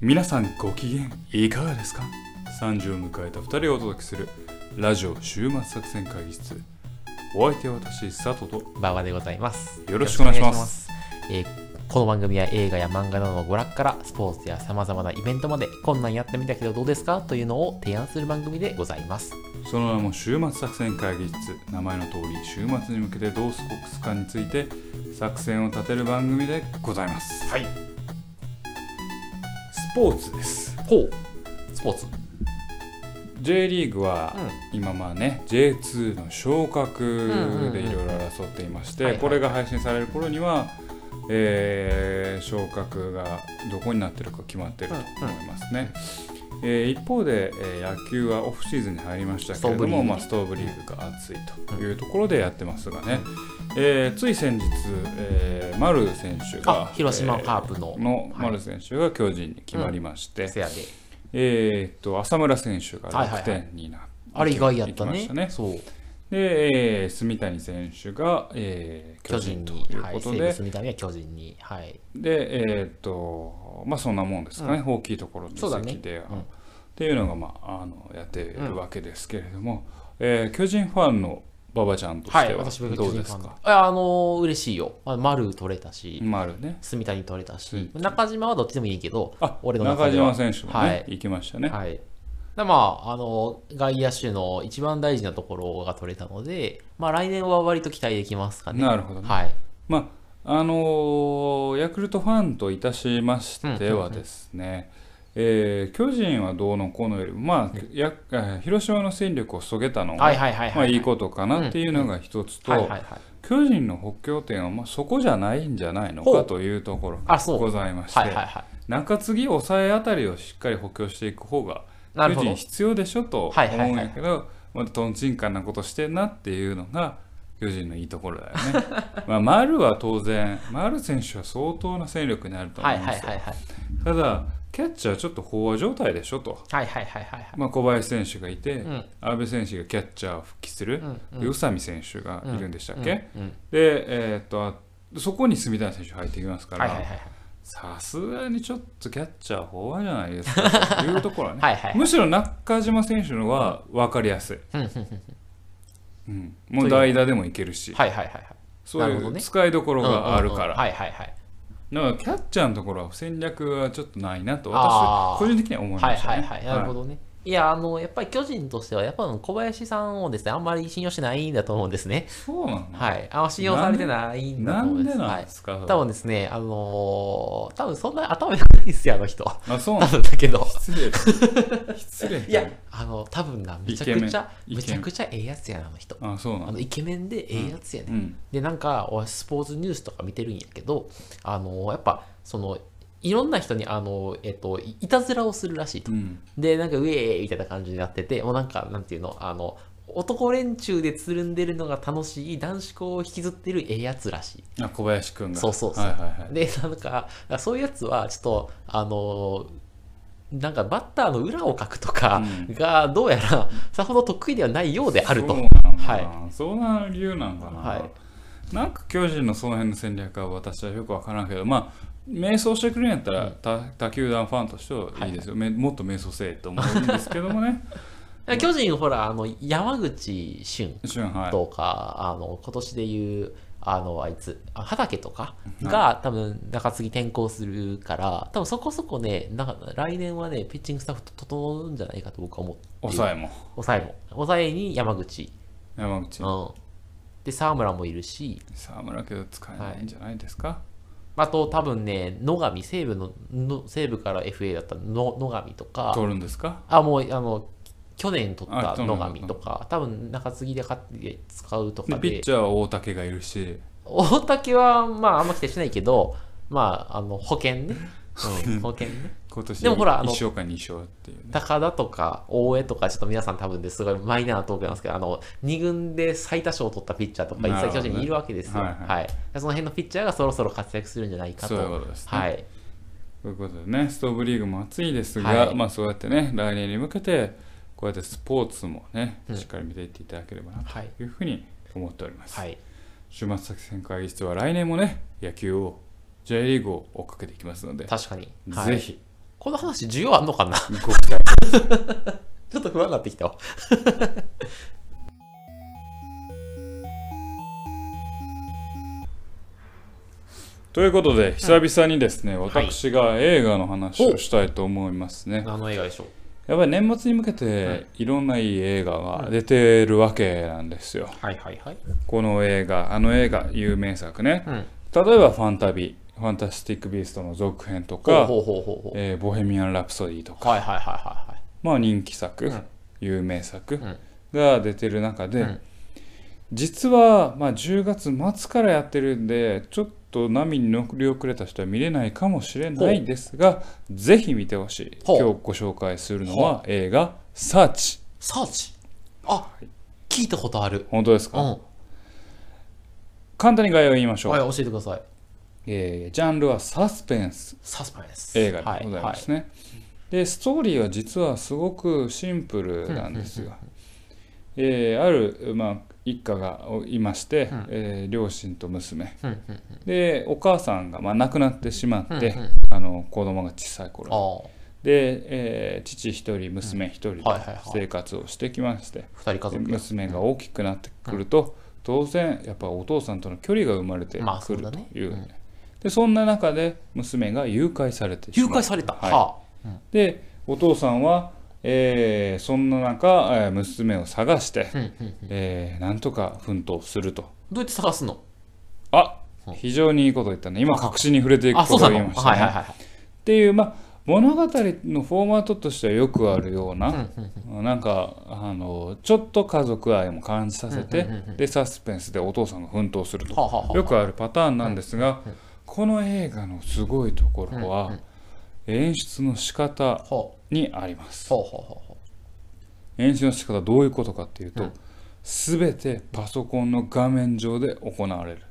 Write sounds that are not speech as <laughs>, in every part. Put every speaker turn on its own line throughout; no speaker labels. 皆さんご機嫌いかがですか ?30 を迎えた2人をお届けするラジオ週末作戦会議室お相手は私佐藤と
馬場でございます。
よろしくお願いします
よろしくお願いします。えーこの番組は映画や漫画などの娯楽からスポーツやさまざまなイベントまでこんなんやってみたけどどうですかというのを提案する番組でございます。
その名も週末作戦会議室名前の通り週末に向けてどう過ごすかについて作戦を立てる番組でございます
はい。
スポーツです
ほう。スポーツ。
J リーグは今まあね J2 の昇格で
うんうんうん
いろいろ争っていまして
はいはい
これが配信される頃にはえー昇格がどこになってるか決まってると
うんう
思
ん
いますね。えー一方で、えー野球はオフシーズンに入りましたけれ
ストー
ど
ブリー
も
グね
まあ、ストーブリーグが熱いというところでやってますがね、えーつい先日、えー、丸選手が
あ、広島
えー
カープの。
の
はい
丸選手が巨人に決まりまして、
せやで。
えーっと浅村選手が
はいはいはい
6点になって、
あれ意外やった
行きま
ね。
したね
そう。
で、えー、住谷選手が、えー巨
巨
人と
人に。
いう
は
こ
い。
と
西
で、
武住谷は巨人に。はい。
でえーっとまあそんなもんですかね、大きいところの移
そうだね
籍で、
うん
っていうのが、まあ、あのやっているわけですけれども、えー巨人ファンの馬場ちゃんとし
は
て
い。
は
私僕
ど
巨
う
人
で
フ
す
ァンだ
か、
いやあのー嬉しいよ。まあ丸取れたし。
丸ね
住谷取れたし、
う
中島はどっちでもいいけど、
あ
俺の中
中
では
島選手もね、
はい
行きましたね、
はい。だまあ、あの、外野手の一番大事なところが取れたので、まあ来年は割と期待できますかね。
なるほどね
はい。
まああのーヤクルトファンといたしましてはですね、えー巨人はどうのこうのよりも、まあやえー広島の戦力をそげたの
は
が
いはいはいはい。
まあいいことかなっていうのが一つと、
はいはいはい。
巨人の補強点はまあそこじゃないんじゃないの
ほ
か
う
というところが
あそう
ございまして、
はいはいはい。
中継ぎ抑えあたりをしっかり補強していく方が
なる
巨
ほ
人
ど。
必要でしょと
はいはいは
思
い
うんやけど、またとんちんかんなことしてんなっていうのが巨人のいいところだよ
<laughs>
ね。まあ丸は当然丸選手は相当な戦力になると思
はい
いま
はい
すよ
はいはい。
ただキャッチャーはちょっと飽和状態でしょと、
はいはいはいはいはい。
まあ、小林選手がいて、
うん
阿部選手がキャッチャーを復帰する
うんうん
宇佐美選手がいるんでしたっけ、
うんうん
で、えーっとあそこに住谷選手入ってきますか
はいはいはい
ら
はい。
さすがにちょっとキャッチャー飽和じゃないですかというところはね
はいはい。
むしろ中島選手のは分かりやすい、
うんうんうん
うん、もう代打でもいけるし
はいはいはいはい。
そうい
なるほど
う
ね
使いどころがある
うん
か
うんうん
ら
はいはいはい。
だからキャッチャーのところは戦略はちょっとないなと
あ
私
ー
個人的には思い
は
ま
い
した
はい
ね
はい。なるほどね。いや、あの、やっぱり巨人としては、やっぱ小林さんをですね、あんまり信用してないんだと思うんですね。
そうなの
はい。あ信用されてないんだ
な
と思うんんで。
ですな
は
ん
い
で。すか、
多分ですね、あのー、多分そんな頭良くないですよ、あ
<laughs>
の人。
あそうな
多
の
分だけど。
失礼だ
<laughs>
失礼だ
いや、あの、多分な、めちゃくちゃ、
イケメン
めちゃくちゃええやつやな、あの人。
あそうな
あ
の
の、イケメンでええやつやね。
うん
で、なんか、俺スポーツニュースとか見てるんやけど、あのー、やっぱ、その、いろんな人に、あのー、えっと、いいたずらをするらしいと
う。ん
で、なんか、ウェーイみたいな感じになってて、もうなんか、なんていうの、あの、男連中でつるんでるのが楽しい男子校を引きずってるええやつらしい。
あ小林君が
そうそうそう
はいはいはい
でなんかそういうやつはちょっとあのなんかバッターの裏をかくとか
うん
がどうやらさほど得意ではないようである
そ
と、
うなんだな、
は
そうな理由なんかな、
は
なんか巨人のその辺の戦略は私はよくわからんけどまあ迷走してくれんやったら、他他球団ファンとしてはいいですよ、めもっと迷走せえと思うんですけども
<laughs>
ね
巨人ほらあの山口俊
俊はい
とか、あの今年でいうあのあいつあ畑とかが多分中継ぎ転向するから多分そこそこねな来年はねピッチングスタッフ整うんじゃないかと僕は思って
抑えも
抑えも抑えに山口、
山口
うん、で沢村もいるし
沢村けど使えないんじゃないですか、
あと多分ね野上西部のの西部から FA だったの野上とか
取るんですか
あもうあの去年取っ
あ
た
そう
野
なんだ
上とか多分中継ぎで買って使うと
で
か
ピッ
で
チャーは大竹がいるし
大竹はまああんま期待しないけどまああの保険ね、
<laughs>
うん、保険ね
今年
でもほらあ
1
の
勝か2勝っていうね
高田とか大江とかちょっと皆さん多分ですごいマイナーなトークなんですけどあの2軍で最多勝を取ったピッチャーとか
な
一
る
切
ほどね
巨人にいるわけですよ、
はいは
はいその辺のピッチャーがそろそろ活躍するんじゃないかと
そういうことですね
はい
ということでねストーブリーグも暑いですが、
はい
まあそうやってね来年に向けてこうやってスポーツもね
うん
しっかり見ていっていただければな
はい
というふうに思っております、
はい
週末作戦会議室は来年もね野球を J リーグを追っかけていきますので、
確かに、はい
ぜひ
この話需要あんのかな
ご期待
<laughs> ちょっと不安になってきたわ。
ということで久々にですね、私が映画の話をしたいと思いますね、
何の映画でしょう
やっぱり年末に向けていろんないい映画が出てるわけなんですよ、
はいはいはい。
この映画あの映画有名作ね、
うん
例えば「ファンタビ」「ファンタスティック・ビースト」の続編とか
ほうほうほうほうほ
えーボヘミアン・ラプソディ」とか
う。はいはいはいはいはい。
まあ人気作、
うん
有名作
ん
が出てる中で、
うん
実はまあ10月末からやってるんでちょっと波に乗り遅れた人は見れないかもしれないですがぜひ見てほしい
ほ
今
う
日ご紹介するのは映画「サーチ
サーチあ、聞いたことある」。
本当です
うん。
か、
は
簡単に概要を言いまし
い、
ょう、
教えてください。
えージャンルはサスペンス
サスペンス。
映画でございますね、でストーリーは実はすごくシンプルなんですが、えーある、まあ、一家がいまして、
うん
えー両親と娘
はいはい。うんうん
でお母さんが、まあ、亡くなってしまって、
うんうん
あの子供が小さい頃
ああ、
で、えー父一人娘一人で
はいはいはい
生活をしてきまして
二人家
で
族や。
娘が大きくなってくると当然やっぱお父さんとの距離が生まれて
まあそ
く
う
る
だ
と
ね
いうでそんな中で娘が誘拐されてし
誘
まう
拐された。
はい
は
でお父さんは、えーそんな中、えー娘を探して、
あ。うんうんうん。
えーなんとか奮闘すると
どうやって探すの
あ
うん
非常にいいこと言ったね今確信に触れてい
あ、
く
そ
こ
う
と
な
を
の
言いました
はいはい
ね
はい。
っていうまあ物語のフォーマットとしてはよくあるような、
うんうん
なんかあのちょっと家族愛も感じさせて、
うんうんうんうん
でサスペンスでお父さんが奮闘すると
はあはあはあ
よくあるパターンなんですが、この映画のすごいところは、演出の仕方
ほ
にあります
う。ほうほうほうほ
演習の仕方はどういうことかっていう
う
と
ん、
すべてパソコンの画面上で行われる。
う。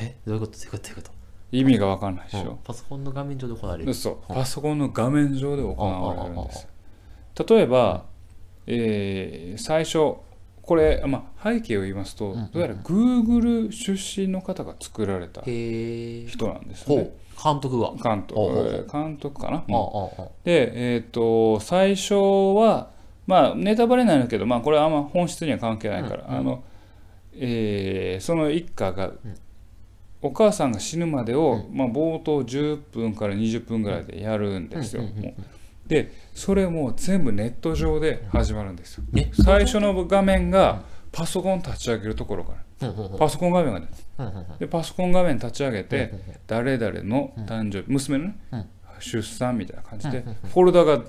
えどういうことどういうことどういうこと
意味がわかんないでしょ。
パソコンの画面上で行われる。
そうう、パソコンの画面上で行われるんです。例えば、えー最初、これ、まあ、背景を言いますと、
ん
どうやら Google 出身の方が作られた
へえ。
人なんです
ほう
よね。。
監督が。
監
ほうほうほ
督監督かな。
ああああ
で、えー、と最初は、まあ、ネタバレになんだけど、まあ、これはあんま本質には関係ないから、
うんうん
あのえーその一家が、お母さんが死ぬまでを、まあ、冒頭10分から20分ぐらいでやるんですよ。
うんうんうんうん
もうでそれも全部ネット上で始まるんですよ。
ネッ
最初の画面がパソコン立ち上げるところから
うんうんうん
パソコン画面が出て
うんうんうん
でパソコン画面立ち上げて
うんうん
誰々の誕生日娘のね
うん
出産みたいな感じで
うんうん
フォルダが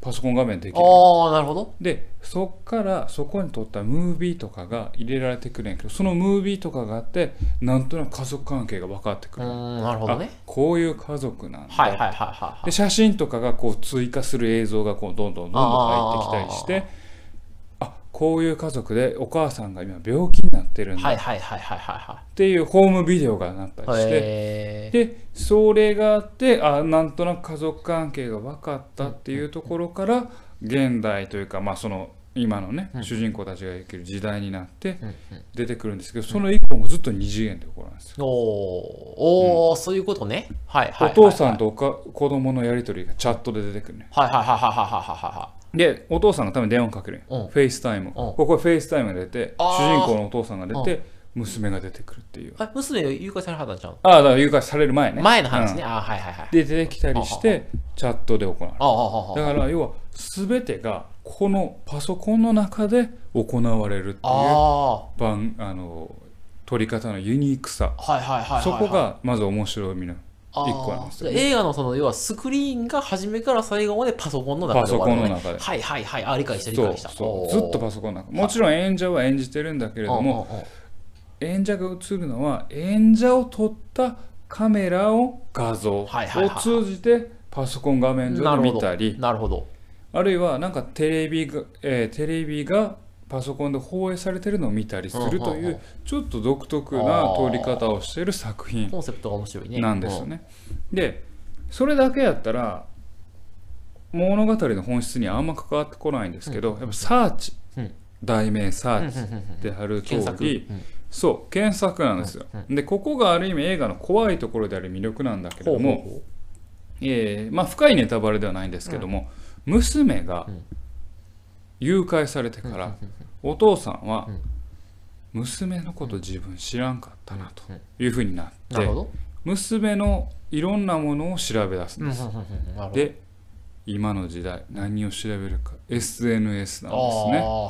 パソコン画面でできる
ああ、なるほど。
でそっからそこに撮ったムービーとかが入れられてくるんやけどそのムービーとかがあってなんとなく家族関係が分かって
う
く
ー
る、
ん、なるほど
あ
ね。
こういう家族なんだ、
はいはいはいはいは
で
い。
写真とかがこう追加する映像がこうどんどんどんどん入ってきたりしてあこういう家族でお母さんが今病気になってるんだ
はいはいはいはいは
っていうホームビデオがなった
い
り
はい。
して、
へえ。
でそれがあってあなんとなく家族関係が分かったっていうところから現代というかまあその今のね主人公たちが生きる時代になって
うんうん
出てくるんですけどその以降もずっと二次元で起こるんですよ。
おお、おーそういうことね。はいはい
お
はい。
父さん。とおか子供のやり取りがチャットで出てくるね。
はいはいはいはいはいはい。
で、お父さんが多分電話かけるん
うん
よフェイスタイム。ここフェイスタイムが出て、
あ
主
ー
人公のお父さんが出て、娘が出てくるっていう。
あ娘が誘拐されはったんちゃう
ああ、だから誘拐される前ね。
前の話
うん
ね。あはいはいはい。
で、出てきたりして、チャットで行われる。
ああああ
だから要は全てがこのパソコンの中で行われるっていう
あ
番あの取り方のユニークさ
あはいはいはいはいはい。
そこがまず面白みの一個なんですよ
あー映画のその要はスクリーンが初めから最後までパソコンの中で終わる、ね、
パソコンの中で
はいはいはいあ理解した理
そう
解した
そ
お
う
ー
ずっとパソコンの中もちろん演者は演じてるんだけれども
うんうんうん
演者が映るのは演者を撮ったカメラを画像を
はいはいはい
通じてパソコン画面上
なる
で
ほ
見
ど
たり
なるほど
あるいはなんかテレビが、えーテレビがパソコンで放映されてるのを見たりすると
うん
い
うんうん
うちょっと独特な撮り方をしている作品
コンセプトが面白いね
なんですよね。でそれだけやったら物語の本質にあんま関わってこないんですけどやっぱ「サーチ
うん」
題名「サ
うんう
ー
んう
チ
んうん」
である通
検索、
り
うん
そう検索なんですよ。でここがある意味映画の怖いところである魅力なんだけれども
ほうほうほう
えーまあ、深いネタバレではないんですけども、娘が
うん
誘拐されてから、お父さんは娘のこと自分知らんかったなというふうになっ
なる
て
ほど。
娘のいろんなものを調べ出すんです。
なるほど
で今の時代何を調べるか SNS なんです
あ
ね。
あ、は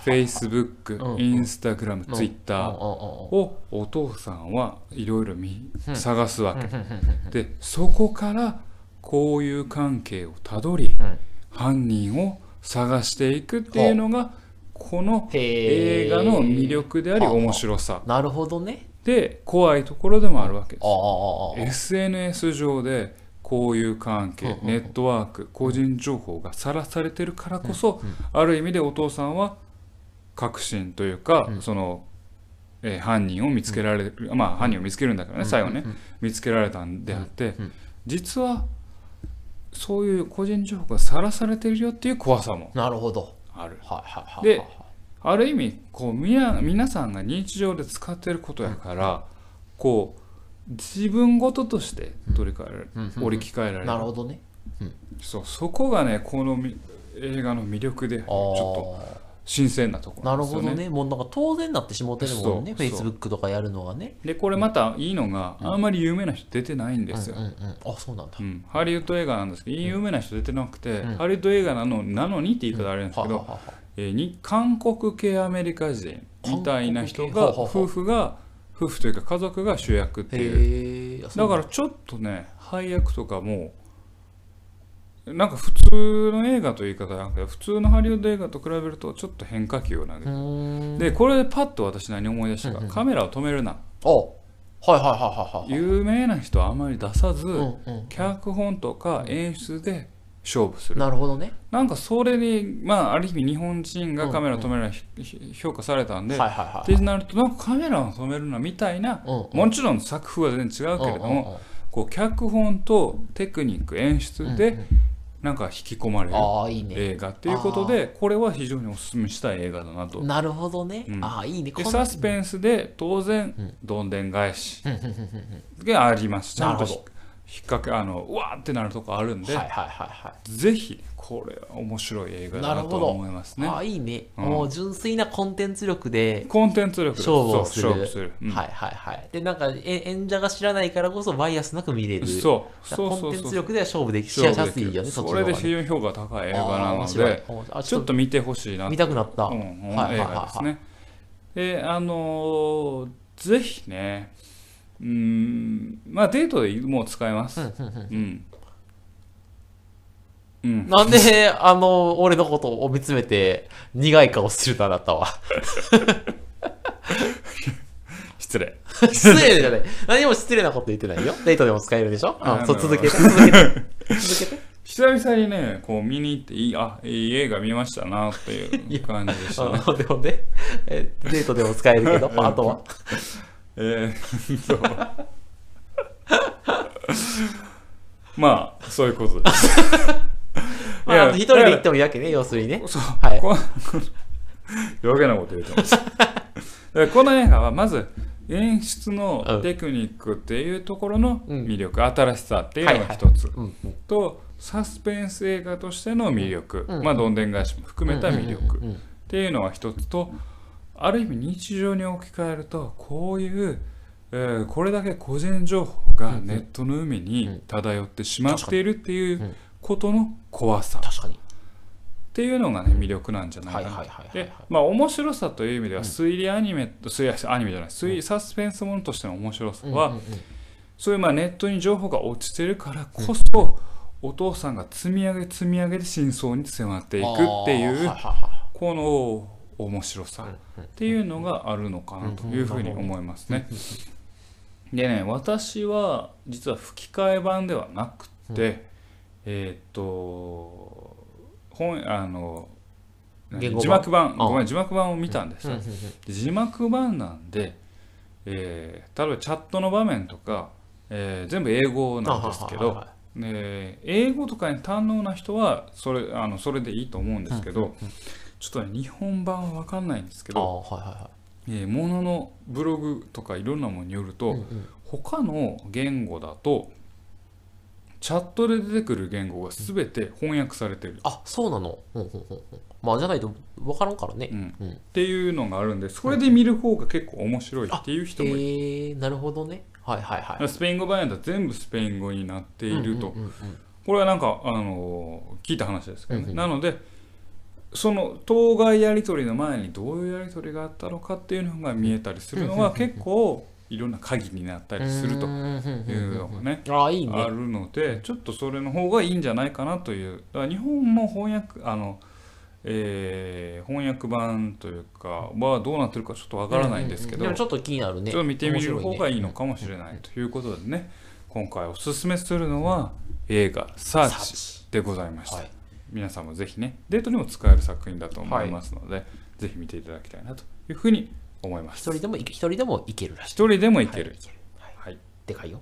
いはい。
Facebook、
うん
Instagram、
うん
Twitter をお父さんはいろいろ見
うん
探すわけ。
うんうんうん
でそこから交友関係をたどり、
うん
犯人を探していくっていうのがこの
へえ
映画の魅力であり
はあはあ
面白さ
なるほどね。
で怖いところでもあるわけで
ああ、
す SNS 上で交友関
うん
係
うんうん
ネットワーク個人情報がさらされてるからこそある意味でお父さんは確信というか
うん
そのえー犯人を見つけられるまあ犯人を見つけるんだからね最後ね
うんうん
見つけられたんであって
うんうん
実はそういう個人情報がさらされてるよっていう怖さも
なるほど。
ある
はいはいはいはい。
である意味こうみや皆さんが日常で使ってることやからこう自分事として取り替えられる、
うんうんうん
折り聞かえられる
なるほどね。
そうそこがねこのみ映画の魅力でち
ああ、
ょっと新鮮なところ
な
なん
る
です
ほ
よ
ど
ね。
ね。もうなんか当然なってしもうてるもんね。
そうそう
Facebook とかやるのはね。
でこれまたいいのが、あんまり有名な人出てないんですよ。
うんうんうんあ、そうなんだ
う。んハリウッド映画なんですけど有名な人出てなくて、
うん
ハリウッド映画なのなのにって言い方あれなんですけど、
はあはあはあ
えーに韓国系アメリカ人みたいな人が
韓国系
夫婦が夫婦というか家族が主役っていう
へえ。あそう
だ
な
から
ん
ちょっとね配役とかもなんか普通の映画という言い方じゃなくて普通のハリウッド映画と比べるとちょっと変化球を投げ
う
て
ーん。
でこれでパッと私何思い出した
う
か
んうんうん
カメラを止めるな
あ、はいはいはいはいはいはい。
有名な人はあまり出さず
うんうん
脚本とか演出で勝負する
なるほどね。
なんかそれにまあある意味日本人がカメラを止めるなひひ評価されたん
は
で
いはいは
っ
い。
てなるとなんかカメラを止めるなみたいな
うんうん
もちろん作風は全然違うけれど
うんうんうん
もこう脚本とテクニック演出
うんう
で
ん
なんか引き込まれる
ああ、いいね。
映画っていうことでこれは非常におすすめしたい映画だなと。
なるほどね。
うん
ああ、いいね。
で
こん
サスペンスで当然どんでん返しがありますちゃんと
なる
引っ
ほ
掛けあのうわーってなるとこあるん
はい
で
はいはいはい。
ぜひこれは面白い映画だ
な
な
る
と
ほど
思いますね
あ。あいいね、
うん
もう純粋なコンテンツ力で
コンテンツ力です
勝負をする
そう勝負するうん
はいはいはいでなんかえ演者が知らないからこそバイアスなく見れる
そうそうそうそ
コ
う
ンテンツ力では勝負できし
勝
や
負でき
す
る
いよねそっち
そ
の
れ
方が
で
ね
非常に評価高い映画
あ
な
あ面
の
白い
で
面白いあ
ち
ちょ
ょっ
っ
と
と
見てほしいな
見たくなった、
うんうん
はいはい
映画
はい
で
は
す
い、
ね。であのーぜひねうーんまあデートでもう使えます。うんうん
なんであの俺のことを見つめて苦い顔するのあなたは
失礼。
<laughs> 失礼じゃない何も失礼なこと言ってないよデートでも使えるでしょ、
あ
うん、そう
なるほ
続
ど
けて続けて
<laughs>
続けて
久々にねこう見に行っていいあいい映画見ましたなっていう感じでした
<laughs>
ね。
あのでもねえデートでも使えるけどあとは
えー、そう。まあ、そういうことです。
まあ、あの一人で行って
も
もいいわけね、要するにね。
そう。
はい。
こ余計なこと言うてます。だからこの映画は、まず、演出のテクニックっていうところの魅力、新しさっていうのが一つ、
うんうん
と、サスペンス映画としての魅力、
うん
まあ、どんでん返しも含めた魅力、
うんうん
っていうのは一つとある意味日常に置き換えるとこういう、えーこれだけ個人情報がネットの海に漂ってしまっているってい
うん
うことの怖さっ
確かに。
ていうのがね魅力なんじゃないかなと
はいはいはいはいはい
でまあ面白さという意味では推理アニメ推理アニメじゃない推理サスペンスものとしての面白さは、
うんうん
そういうまあネットに情報が落ちてるからこそ、お父さんが積み上げ積み上げで真相に迫っていくってい
あーはいうはいは
この面白さっていうのがあるのかなというふうに思いますね。でね私は実は吹き替え版ではなくて、えーっと本あの
言語版
字幕版
あ
ごめん字幕版を見たんです
い
よ、
うんうん
字幕版なんで、えー例えばチャットの場面とか、えー全部英語なんですけ
あはい
ど
はいはい
ね英語とかに堪能な人はそれあのそれでいいと思うんですけど、ちょっとね日本版は分かんないんですけ
あー
ど、
はいはいはい
えー、もののブログとかいろんなものによると、
うんうん
他の言語だとチャットで出てくる言語が全て翻訳されてる
あそうなのうんうんうんうんまあじゃないと分からんからね
うん
うん
っていうのがあるんでそれで見る方が結構面白いっていう人
え
もいる
ー、なるほどねはいはい
だ
は
か
い
らスペイン語版やったら全部スペイン語になっていると、
うんうんうん
これはなんか、あのー聞いた話ですけどね、
うんうん
なのでその当該やり取りの前にどういうやり取りがあったのかっていうのが見えたりするのは結構いろんな鍵になったりすると
う
い
んうんうん
うのがね
ああいい
あ
ね
るのでちょっとそれの方がいいんじゃないかなというだから日本も翻訳あの、えー翻訳版というかはどうなってるかちょっとわからないんですけど、
うううでもちょっと気になるね
ちょっと見てみる方がいいの
か
かもしれないということでね今回おすすめするのは映画「サ
サ
ー
ー
チ」でございました、
はい
皆さんもぜひねデートにも使える作品だと思いますので、ぜひ見ていただきたいなというふうに思いま
一
す
人でも一人でもいけるらしい
一人でもいける、
はいけるはい
はい
でかいよ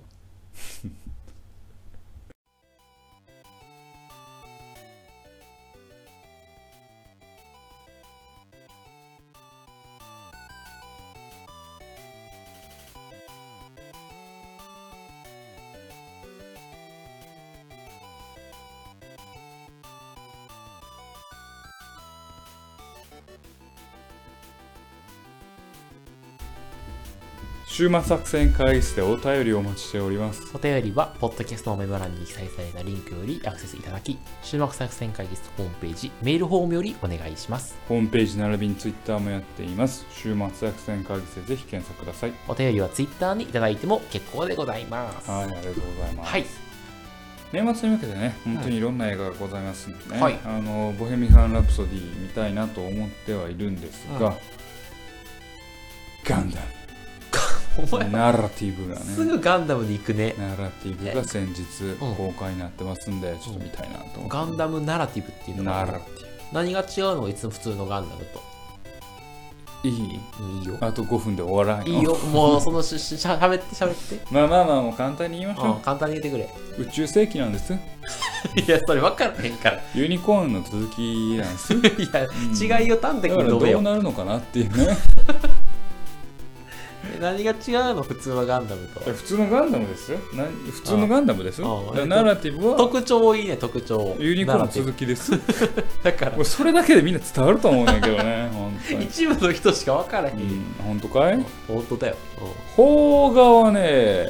週末作戦会議室でお便りをお待ちしております
お便りは、ポッドキャストのメモ欄に記載されたリンクよりアクセスいただき、週末作戦会議室ホームページ、メールフォームよりお願いします。
ホームページ並びにツイッターもやっています週末作戦会議室でぜひ検索ください
お便りは Twitter にいただいても結構でございます。
はいあ
は
りがとうございます、
い。
年末に向けてね、本当にいろんな映画がございますんでね、
はい
あのボヘミアン・ラプソディ見たいなと思ってはいるんですが、ガンダ
お
ム、
前、
ナラティブが
す
ね、
ぐガンダムに行くね。
ナラティブが先日公開になってますんで、ちょっと見たいなと思って。
ガンダムナラティブっていうの
ナラ
が、
テ
何が違うのがいつも普通のガンダムと。
ィブ。いい
いいよ。
あと5分で終わらんよ。
いいよ。もう、そのし、ししゃべってしゃべって。
まあまあまあ、もう簡単に言いまし
うん、
ょ
簡単に言って
う。宇宙世紀なんです。
くれ。 <laughs> いや、それ分からへん
<laughs>
から。い
ユニコーンの続きなんです。
や、違いを端
だ
的
か
に
らど
述べよ
う
う。
なるのかなっていう
<laughs>
ね。
何が違うの普通のガンダムと。
普通のガンダムですよ。な普通のガンダムです
ああ
よ。だからナラティブは
特徴をいいね特徴
ユニコーンの
なら
続きです。
だから
もうそれだけでみんな伝わると思うんだけどね、 <laughs> 本当に。
一部の人しか分からへん、
うん、本当かい
本当だよ、
邦画はね、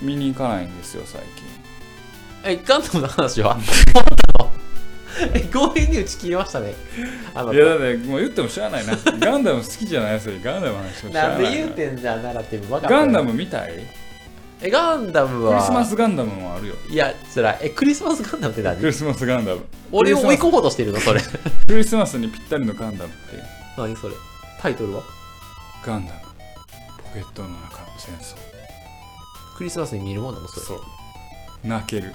見に行かないんですよ、最近。
えガンダムの話は <laughs> え強引に打ち切りましたねあの
いや、だってもう言っても知らないな。ガンダム好きじゃないですよ、ガンダムの話も知ら
な
なんい。
で言うてんじゃんならって分かった
ガンダム見たい
えガンダム
ク
は
リスマスガンダムもあるよ。
いやつらいえクリスマスガンダムって
ク
何
リスマスガンダム。
俺を追い
クリスマ
込もうとしてるのそれ <laughs>
スクリスマスにぴったりのガンダムっていう。
何それタイトルは
ガンダム。ポケットの中の戦争。
クリスマスに見るもんなのそれ
そう。泣ける。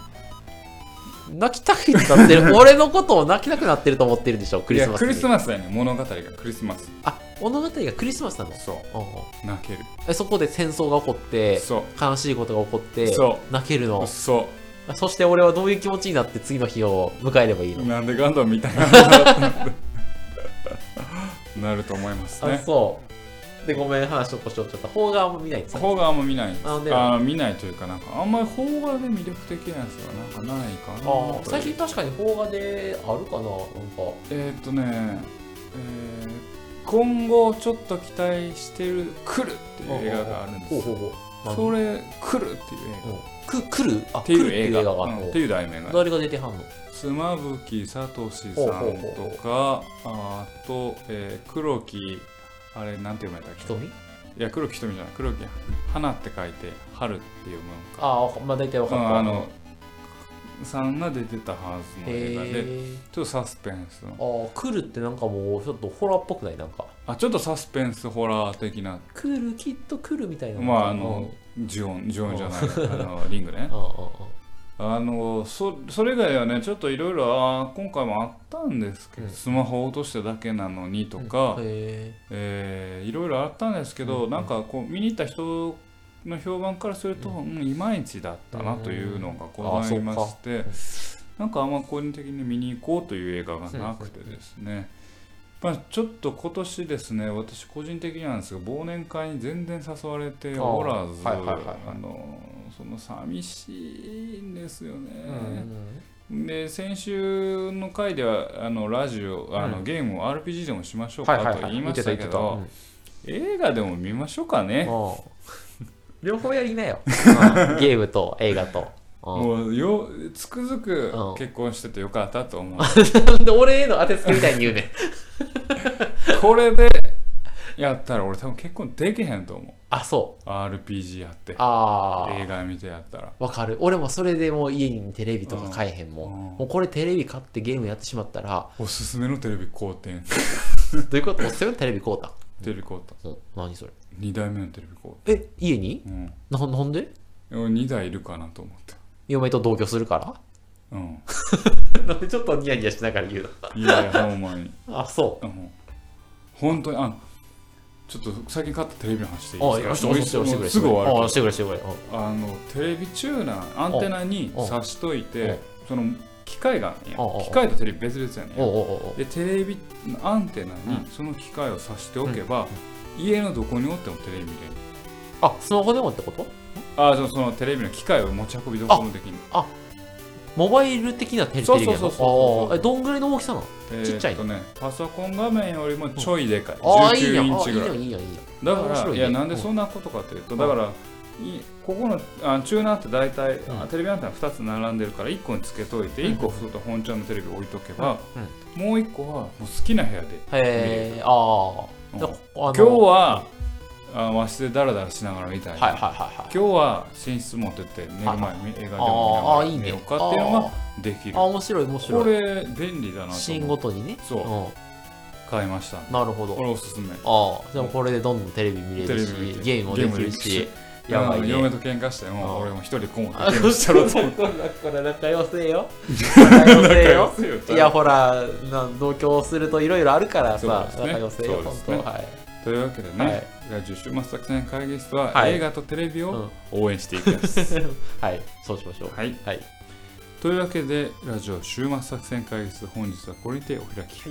泣きたくなって
<laughs>
る俺のことを泣きたくなってると思ってるでしょクリスマス
いやク
に
リスマスやね物語がクリスマス。
あ物語がクリスマスなの
そ
おうおう
う。泣ける。
えそこで戦争が起こって
そう。
悲しいことが起こって
そ
泣けるの
そ
そして俺はどういう気持ちになって次の日を迎えればいいの、
うなんでガンダムみたいな <laughs> なると思います
あ
ね
そうでごめん話をこしょっちゃった方があんま見ないってさ
邦画あんま見ない
なんで
あ見ないというかなんかあんまり邦画で魅力的なやつがなんかないかな
あ
と
最近確かに邦画であるかななんか
えーっとね、えー今後ちょっと期待してる「来る」っていう映画があるんです
ほうほ
よ
うほう何
それ「来る」っていう映
うんく来るあ
画っていう
来る
映
っていう映
画
画があ
うん
る
っていう題名が
誰が出てはんの
妻夫木聡さん
ほうほうほう
とかあと、えー黒木あれなんて読めたっけ
瞳
いや黒木瞳じゃない黒木花って書いて春って読む
ああまあ大体分
のか、
か
う
った、
ん、あのさんが出てたはずの映画でちょ
へえ
っとサスペンスの
あー来るってなんかもうちょっとホラーっぽくないなんか
あちょっとサスペンスホラー的な
来るきっと来るみたいな
まああのジオンジオンじゃないあのリングね
うんうん
あのそそれ以外はねちょっといろいろ今回もあったんですけど、
うん
スマホ落としただけなのにと
うんうん
か、
へえ
えーいろいろあったんですけど、
うんうん
なんかこう見に行った人の評判からすると、うんいまいちだったなというのがございまして、
うんあ
なんかあんま個人的に見に行こうという映画がなくてですね、まあ、ちょっと今年ですね私個人的になんですが忘年会に全然誘われておらず
あーはいはいはいはい
あのその寂しいんですよね、
うん
で先週の回ではあのラジオあの、
うん
ゲームを RPG でもしましょう
は
か
いはい
と
はい
言いましたけ
言ってた
ど、
言って
映画でも見ましょうか
た
ね
うん <laughs> 両方やりなようんゲームと映画とう
もうよつくづく
うん
結婚しててよかったと思う
ん <laughs> で俺への当てつけみたいに言うねん
これでやったら俺多分結婚できへんと思
<laughs> あそう
RPG やって
うああ
映画見てやったら
わかる俺もそれでもう家にテレビとか買えへんもん、
うん
もうこれテレビ買ってゲームやってしまったら
おすすめのテレビ買うてん
どういうことおすすめのテレビ買うたん
テレビ買うた
うん何それ
2台目のテレビ買う
え家に
たうん
ななんで
俺2台いるかなと思って
嫁と同居するか
うん
ら <laughs> なんでちょっとニヤニヤしながら言う
いやいやほんまに
のあそ
うん本当にあのちょっと最近買ったテレビの話していい
あ
で
よ
す
し
か
よしよし
もう
よし
すぐ終わるから
あしてくれしてくれうん
あのテレビチューナーアンテナに
おう
挿しとい
お
て
う
その機械があんねや
おうおう
機械とテレビ別々やねん
お
や
うおうおう
でテレビのアンテナ
う
にその機械を挿しておけば、家のどこにおってもテレビ見れる
あスマホでもってこと
ああそのテレビの機械を持ち運びどこもできる
モバイル的なテレビ
そう
テ
そ
レ
う
ビ
そ
や
うそう
ろああえどんぐらいの大きさなのちっちゃい
えーとねパソコン画面よりもちょいでかい
ああいい
19
やん
イン
あい
チ
い
ぐらい
やんいいやんいいやん
だ
面
から、
白い
い
ね
やなんでそんなことかというと、だからいここのあチューナーって大体、
ん
あテレビアンテナ2つ並んでるから1個につけといて
うん
1個普通と本ちゃんのテレビ置いとけば、もう1個はもう好きな部屋で
へえあ
う
あ
ん
であ
今
の
日は、あ和室でダラダラしながらみたいな、
はいはいはいはい
今日は寝室持ってって寝る前
はいは
み映画で
あ
も
あ
見
いい
ながら寝
ね
ようかっていうのができる
ああ面白い面
こ
白い
れ便利だなと
シーン
思
ご
って
とにね
そう買いました
んなるほど
これおすすめ
ああでもこれでどんどんテレビ見れるし
テレビ見て
ゲームもできる
ゲー
し
ム
やばい
うん
ね
嫁と喧嘩して
あ
も
あ
俺も一人でこもって
あ
ゲームしたろうと思って
こらこら仲良せ
<laughs>
よ仲良せよいやほらな同居するといろいろあるから
そう
さ
ですね
仲良せよ
そう
本
です
当
ね
はい
というわけでね、
はい
第10週末作戦会議室は、
はい
映画とテレビ
う
を
ん
応援していき
<laughs>
ます。
はいそうしましょう
はい、
はい
というわけでラジオ週末作戦会議室本日はこれにてお開き、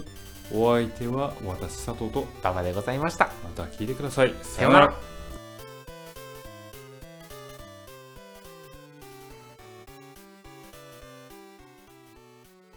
お相手は私佐藤と
馬場でございました
また聞いてください。さ
さようなら